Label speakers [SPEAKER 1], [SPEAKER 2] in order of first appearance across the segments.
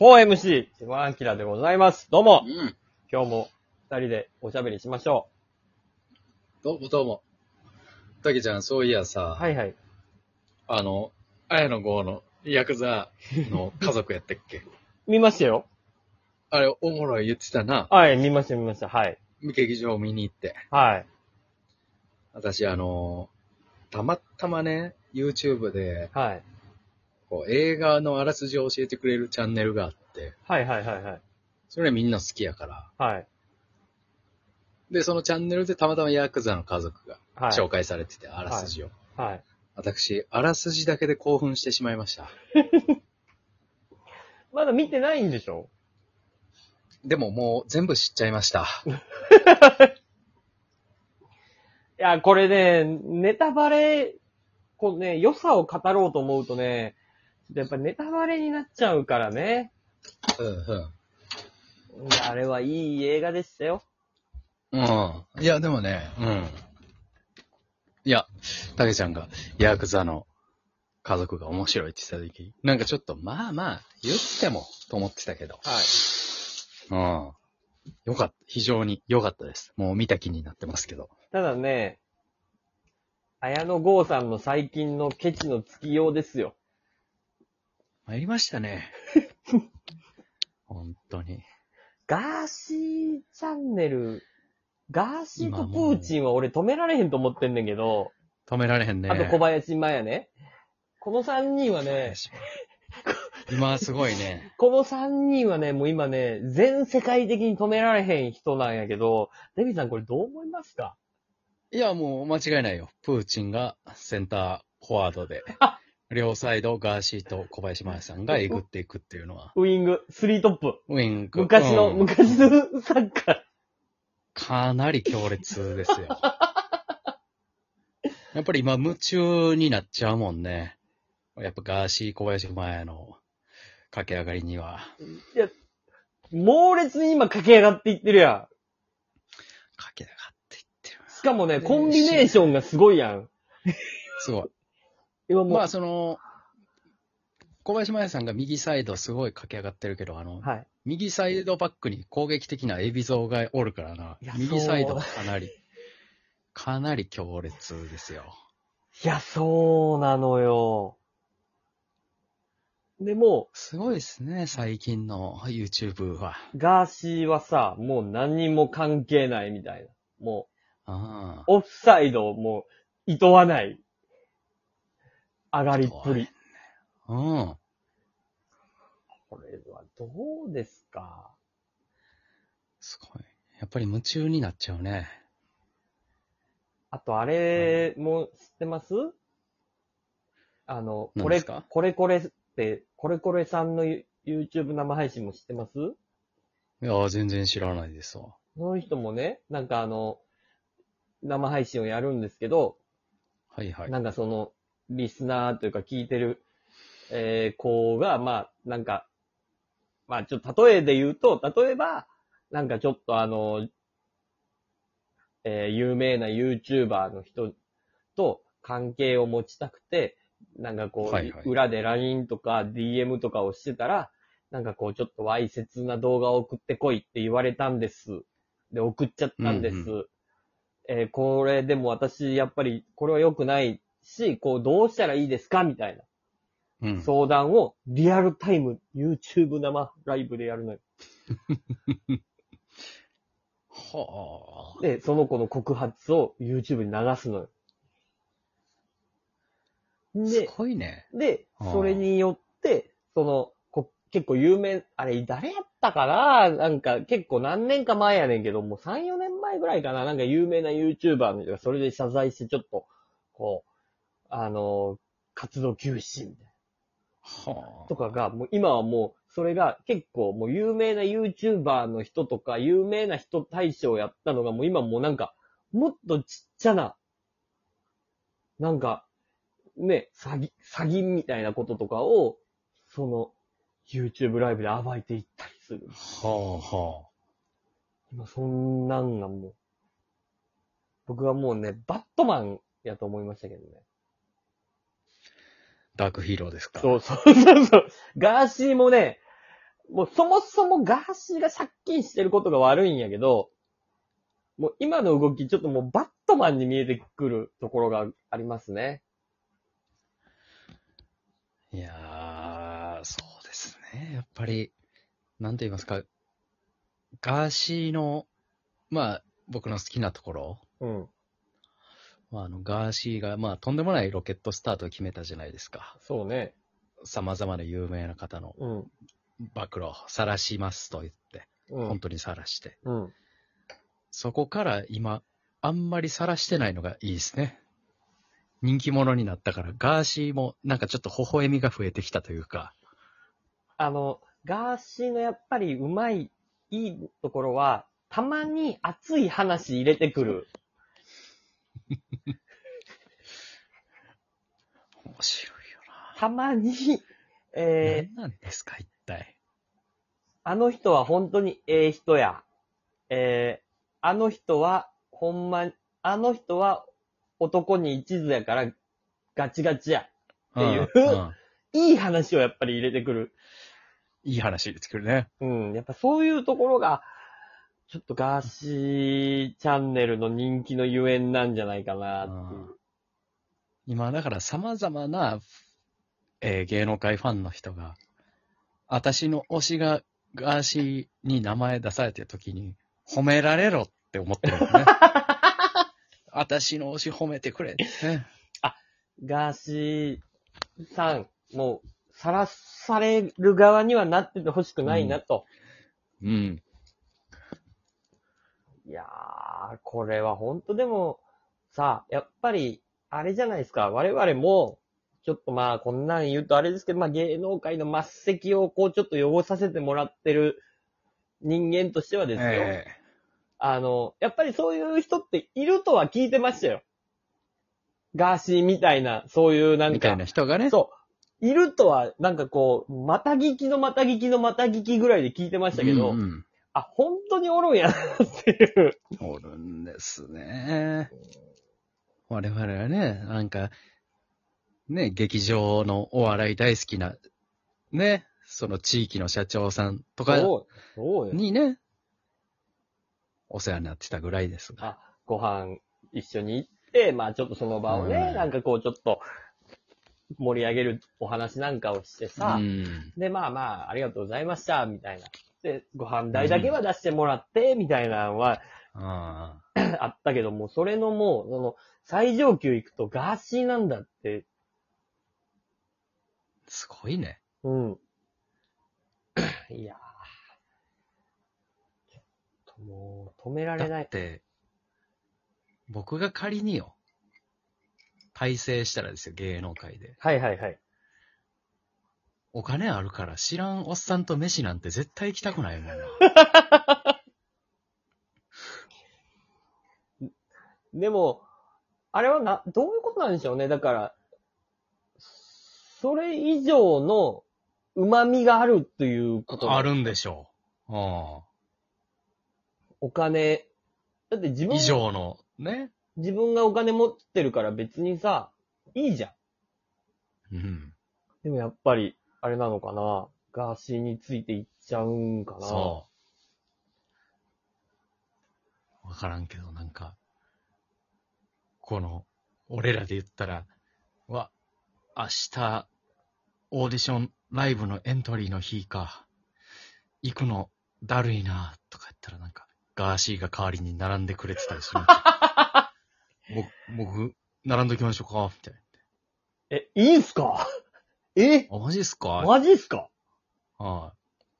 [SPEAKER 1] 4MC、千葉明でございます。どうも、
[SPEAKER 2] うん。
[SPEAKER 1] 今日も二人でおしゃべりしましょ
[SPEAKER 2] どうもどうも。たけちゃん、そういやさ、
[SPEAKER 1] う。はいはい。
[SPEAKER 2] あの、綾野剛のヤクザ の家族やったっけ
[SPEAKER 1] 見ましたよ。
[SPEAKER 2] あれ、おもろい言ってたな。
[SPEAKER 1] はい、見ました見ました。はい。
[SPEAKER 2] 劇場見に行って。
[SPEAKER 1] はい。
[SPEAKER 2] 私、あの、たまたまね、YouTube で、
[SPEAKER 1] はい。
[SPEAKER 2] こう映画のあらすじを教えてくれるチャンネルがあって、
[SPEAKER 1] はいはいはいはい。
[SPEAKER 2] それみんな好きやから。
[SPEAKER 1] はい。
[SPEAKER 2] で、そのチャンネルでたまたまヤクザの家族が
[SPEAKER 1] はい。
[SPEAKER 2] 紹介されてて、あらすじを。
[SPEAKER 1] はい。
[SPEAKER 2] 私、あらすじだけで興奮してしまいました。
[SPEAKER 1] まだ見てないんでしょ
[SPEAKER 2] でももう全部知っちゃいました。
[SPEAKER 1] いや、これね、ネタバレ、こうね、良さを語ろうと思うとね、ちょっとやっぱネタバレになっちゃうからね。
[SPEAKER 2] うんうん。
[SPEAKER 1] いやあれはいい映画でしたよ。
[SPEAKER 2] うん。いや、でもね、うん。いや、たけちゃんが、ヤクザの家族が面白いって言ってた時、なんかちょっと、まあまあ、言っても、と思ってたけど。
[SPEAKER 1] はい。
[SPEAKER 2] うん。よかった。非常に良かったです。もう見た気になってますけど。
[SPEAKER 1] ただね、綾野剛さんの最近のケチのつきようですよ。
[SPEAKER 2] 参りましたね。 本当に。
[SPEAKER 1] ガーシーチャンネル、ガーシーとプーチンは俺止められへんと思ってんねんけど、
[SPEAKER 2] 止められへんね。
[SPEAKER 1] あと小林麻也ね。この3人はね、
[SPEAKER 2] 今すごいね。
[SPEAKER 1] この3人はね、もう今ね、全世界的に止められへん人なんやけど、デビさんこれどう思いますか
[SPEAKER 2] いや、もう間違いないよ。プーチンがセンターフォワードで、両サイド、ガーシーと小林麻也さんがえぐっていくっていう のは、
[SPEAKER 1] ウイング、スリートップ。
[SPEAKER 2] ウィング。
[SPEAKER 1] 昔の、
[SPEAKER 2] うん
[SPEAKER 1] 昔のサッカー。
[SPEAKER 2] かなり強烈です よ。やっぱり今夢中になっちゃうもんね。やっぱガーシー、小林麻也の駆け上がりには、
[SPEAKER 1] 猛烈に今駆け上がっていってるや
[SPEAKER 2] 駆け上がっていってる
[SPEAKER 1] ん。。しかもね、コンビネーションがすごいやん。
[SPEAKER 2] すごい。
[SPEAKER 1] 今もう、
[SPEAKER 2] まあその、小林麻也さんが右サイドすごい駆け上がってるけど、あの、
[SPEAKER 1] はい。
[SPEAKER 2] 右サイドバックに攻撃的なエビゾウがおるからない
[SPEAKER 1] や。
[SPEAKER 2] 右サイド
[SPEAKER 1] そう
[SPEAKER 2] はかなり、かなり強烈ですよ。
[SPEAKER 1] いや、そうなのよ。でも、
[SPEAKER 2] すごいですね、最近の YouTube は。
[SPEAKER 1] ガーシーはさ、もう何にも関係ないみたいな。も
[SPEAKER 2] あ
[SPEAKER 1] う、オフサイドをもう、いとわない。上がりっぷり。
[SPEAKER 2] あ。うん。
[SPEAKER 1] これはどうですか
[SPEAKER 2] すごい。やっぱり夢中になっちゃうね。
[SPEAKER 1] あと、あれも知ってますあの、こ
[SPEAKER 2] 何で
[SPEAKER 1] れ、
[SPEAKER 2] すか
[SPEAKER 1] これこれって、これこれさんの You- YouTube 生配信も知ってます
[SPEAKER 2] いやー、全然知らないですわ。
[SPEAKER 1] その人もね、なんかあの、生配信をやるんですけど、
[SPEAKER 2] はいはい。
[SPEAKER 1] なんかその、リスナーというか聞いてる、えー、子が、まあ、なんか、まあ、ちょっと例えで言うと、例えば、なんかちょっとあの、えー、有名な YouTuber の人と関係を持ちたくて、なんかこう、
[SPEAKER 2] はいはい
[SPEAKER 1] 裏で LINE とか DM とかをしてたら、なんかこう、ちょっとわいせつな動画を送ってこいって言われたんです。で、送っちゃったんです。
[SPEAKER 2] うん
[SPEAKER 1] えーこれでも私、やっぱり、これは良くないし、こう、どうしたらいいですかみたいな
[SPEAKER 2] うん。
[SPEAKER 1] 相談をリアルタイム、YouTube 生ライブでやるのよ。
[SPEAKER 2] はあ。
[SPEAKER 1] で、その子の告発を YouTube に流すのよ。
[SPEAKER 2] す
[SPEAKER 1] で、
[SPEAKER 2] ごいね。
[SPEAKER 1] で
[SPEAKER 2] あ、ー
[SPEAKER 1] それによって、その、こ結構有名、あれ、誰やったかななんか、結構何年か前やねんけど、もう3、4年前ぐらいかななんか有名な YouTuber の人がそれで謝罪して、ちょっと、こう、あの、活動休止みたい
[SPEAKER 2] は
[SPEAKER 1] な。
[SPEAKER 2] あ
[SPEAKER 1] と。かが、もう今はもう、それが結構もう有名な YouTuber の人とか、有名な人対象をやったのが、もう今もうなんか、もっとちっちゃな、なんか、ね、詐欺、詐欺みたいなこととかを、その、YouTube ライブで暴いていったりする。
[SPEAKER 2] はあは
[SPEAKER 1] 今、そんなんがもう、僕はもうね、バットマンやと思いましたけどね。
[SPEAKER 2] あ。ダークヒーローですか。
[SPEAKER 1] そうそうそうそう。ガーシーもね、もうそもそもガーシーが借金してることが悪いんやけど、もう今の動きちょっともうバットマンに見えてくるところがありますね。
[SPEAKER 2] いやー、そうですね。やっぱり、なんて言いますか、ガーシーの、まあ、僕の好きなところ、
[SPEAKER 1] うん。
[SPEAKER 2] まあ、あのガーシーが、まあ、とんでもないロケットスタートを決めたじゃないですか。
[SPEAKER 1] そうね。
[SPEAKER 2] 様々な有名な方の
[SPEAKER 1] うん。
[SPEAKER 2] 暴露、晒しますと言って、
[SPEAKER 1] う
[SPEAKER 2] 本
[SPEAKER 1] ん。
[SPEAKER 2] 当に晒して。
[SPEAKER 1] うん。
[SPEAKER 2] そこから今、あんまり晒してないのがいいですね。人気者になったから、ガーシーもなんかちょっと微笑みが増えてきたというか、
[SPEAKER 1] あの、ガーシーのやっぱりうまい、いいところは、たまに熱い話入れてくる。
[SPEAKER 2] 面白いよ
[SPEAKER 1] たまに、
[SPEAKER 2] な。
[SPEAKER 1] えー、
[SPEAKER 2] 何なんですか、一体。
[SPEAKER 1] あの人は本当にええ人や。えー、あの人は、ほんまに、あの人は男に一途やからガチガチや。ていう
[SPEAKER 2] うんうん
[SPEAKER 1] いい話をやっぱり入れてくる。
[SPEAKER 2] いい話ですけどね。
[SPEAKER 1] うん。やっぱそういうところが、ちょっとガーシーチャンネルの人気のゆえんなんじゃないかなっていう。
[SPEAKER 2] 今、だから様々な、えー芸能界ファンの人が、私の推しがガーシーに名前出されてる時に、褒められろって思ってる よね。私の推し褒めてくれってね。
[SPEAKER 1] ガーシーさん、もう、さらされる側にはなっててほしくないなと。
[SPEAKER 2] うん。
[SPEAKER 1] いやー、これは本当でも、さ、やっぱり、あれじゃないですか、我々も、ちょっとまあ、こんなん言うとあれですけど、まあ芸能界の末席をこう、ちょっと汚させてもらってる人間としてはですよ。
[SPEAKER 2] ええ
[SPEAKER 1] あの、やっぱりそういう人っているとは聞いてましたよ。ガーシーみたいな、そういうなん
[SPEAKER 2] みた
[SPEAKER 1] か
[SPEAKER 2] い、な人がね。
[SPEAKER 1] そう、いるとは、なんかこう、また聞きのまた聞きのまた聞きぐらいで聞いてましたけど、
[SPEAKER 2] うんうん
[SPEAKER 1] あ、本当におるんやなっていう。
[SPEAKER 2] おるんですね。我々はね、なんか、ね、劇場のお笑い大好きな、ね、その地域の社長さんとか
[SPEAKER 1] そう、そうよ。
[SPEAKER 2] にね、お世話になってたぐらいですが。
[SPEAKER 1] あ、ご飯一緒に行って、まあちょっとその場をね、
[SPEAKER 2] うん
[SPEAKER 1] なんかこうちょっと盛り上げるお話なんかをしてさ、
[SPEAKER 2] うん。
[SPEAKER 1] で、まあまあ、ありがとうございました、みたいな。で、ご飯代だけは出してもらって、みたいなのは
[SPEAKER 2] あ
[SPEAKER 1] あったけども、それのもう、その、最上級行くとガーシーなんだって、
[SPEAKER 2] あ、すごいね。
[SPEAKER 1] うん。 いやーちょっともう、止めら
[SPEAKER 2] だ
[SPEAKER 1] れな
[SPEAKER 2] っ
[SPEAKER 1] い。
[SPEAKER 2] て、僕が仮によ、大成したらですよ、芸能界で。
[SPEAKER 1] はいはいはい。
[SPEAKER 2] お金あるから知らんおっさんと飯なんて絶対行きたくないもんな。
[SPEAKER 1] でも、あれはな、どういうことなんでしょうね。だから、それ以上の旨味があるということ。
[SPEAKER 2] あるんでしょう。うん
[SPEAKER 1] お金。だって自分
[SPEAKER 2] 以、上の、ね。
[SPEAKER 1] 自分がお金持ってるから別にさ、いいじゃん。
[SPEAKER 2] うん。
[SPEAKER 1] でもやっぱり、あれなのかな。ガーシーについていっちゃうんかな。
[SPEAKER 2] そう。わからんけど、なんか、この、俺らで言ったら、わ、明日、オーディションライブのエントリーの日か、行くの、だるいな、とか言ったらなんか、ガーシーが代わりに並んでくれてたりするん ですよ。僕、僕、並んどきましょうか、みたいな。
[SPEAKER 1] え、いいんすか え
[SPEAKER 2] あ、マジっすか
[SPEAKER 1] マジっすか
[SPEAKER 2] は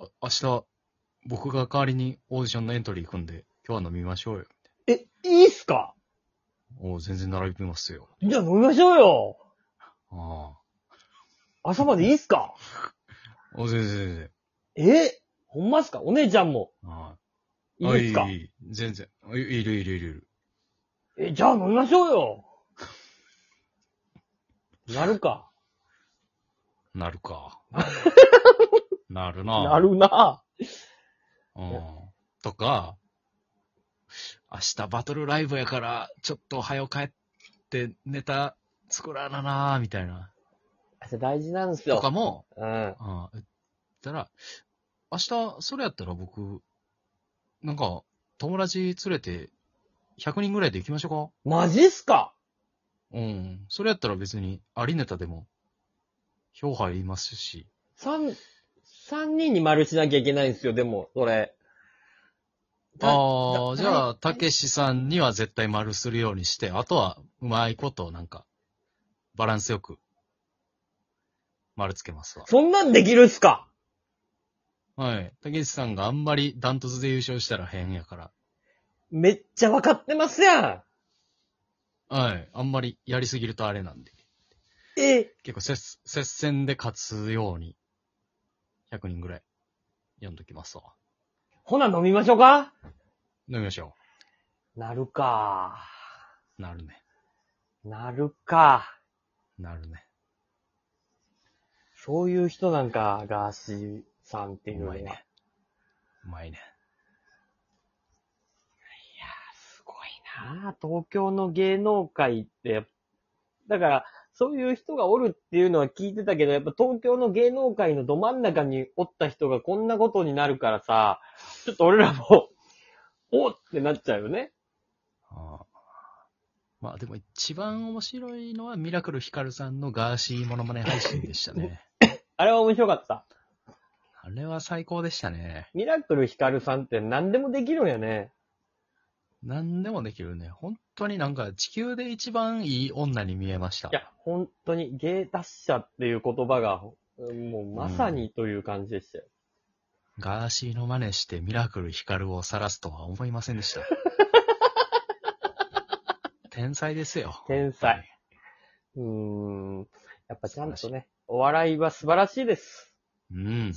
[SPEAKER 2] い。あ明日、僕が代わりにオーディションのエントリー行くんで、今日は飲みましょうよ。
[SPEAKER 1] え、いいっすか
[SPEAKER 2] おう全然並びますよ。
[SPEAKER 1] じゃあ飲みましょうよ。
[SPEAKER 2] あ
[SPEAKER 1] 朝までいいっすか
[SPEAKER 2] あ。お全然全然。
[SPEAKER 1] えほんまっすかお姉ちゃんも。
[SPEAKER 2] はい
[SPEAKER 1] いっすか
[SPEAKER 2] あいいいい全然。あいいるいるいるいる。
[SPEAKER 1] え、じゃあ飲みましょうよ。なるか。
[SPEAKER 2] な るか。なるな。
[SPEAKER 1] な。るな。
[SPEAKER 2] うん。とか、明日バトルライブやから、ちょっと早く帰ってネタ作らななみたいな。
[SPEAKER 1] それ大事なんです
[SPEAKER 2] と
[SPEAKER 1] よ
[SPEAKER 2] か。も、
[SPEAKER 1] うん。
[SPEAKER 2] うん。言ったら、明日、それやったら僕、なんか、友達連れて、100人ぐらいで行きましょ
[SPEAKER 1] マジっすか
[SPEAKER 2] うか。うん。それやったら別に、ありネタでも、票入りますし。
[SPEAKER 1] 三、三人に丸しなきゃいけないんですよ、でも、それ。
[SPEAKER 2] ああ、じゃ
[SPEAKER 1] あ。
[SPEAKER 2] あ、たけしさんには絶対丸するようにして、あとは、うまいこと、なんか、バランスよく、丸つけますわ。
[SPEAKER 1] そんなんできるっすか
[SPEAKER 2] はい。たけしさんがあんまりダントツで優勝したら変やから。
[SPEAKER 1] めっちゃわかってますや
[SPEAKER 2] はい。あんまりやりすぎるとあれなんで。
[SPEAKER 1] んえ、
[SPEAKER 2] 結構接、接戦で勝つように、100人ぐらい、読んどきますわ。
[SPEAKER 1] ほな飲みましょうか
[SPEAKER 2] 飲みましょ
[SPEAKER 1] なるか。
[SPEAKER 2] う。なるね。
[SPEAKER 1] なるか。
[SPEAKER 2] なるね。
[SPEAKER 1] そういう人なんか、ガーシーさんって
[SPEAKER 2] う
[SPEAKER 1] いうのは。
[SPEAKER 2] まいね。うまいね。
[SPEAKER 1] すごいなあ東京の芸能界って、だから、そういう人がおるっていうのは聞いてたけど、やっぱ東京の芸能界のど真ん中におった人がこんなことになるからさ、ちょっと俺らも、 おっってなっちゃうよね。
[SPEAKER 2] ああまあでも一番面白いのはミラクルヒカルさんのガーシーモノマネ配信でし たね。
[SPEAKER 1] あれは面白かった。
[SPEAKER 2] あれは最高でしたね。
[SPEAKER 1] ミラクルヒカルさんって何でもできるんやね。
[SPEAKER 2] 何でもできるね。本当になんか地球で一番いい女に見えました
[SPEAKER 1] い。や、本当に芸達者っていう言葉が、もうまさにという感じでしたよ。
[SPEAKER 2] ガーシーの真似してミラクルヒカルを晒すとは思いませんで した。天才ですよ。
[SPEAKER 1] 天才。うーん。やっぱちゃんとね、お笑いは素晴らしいです。
[SPEAKER 2] うん。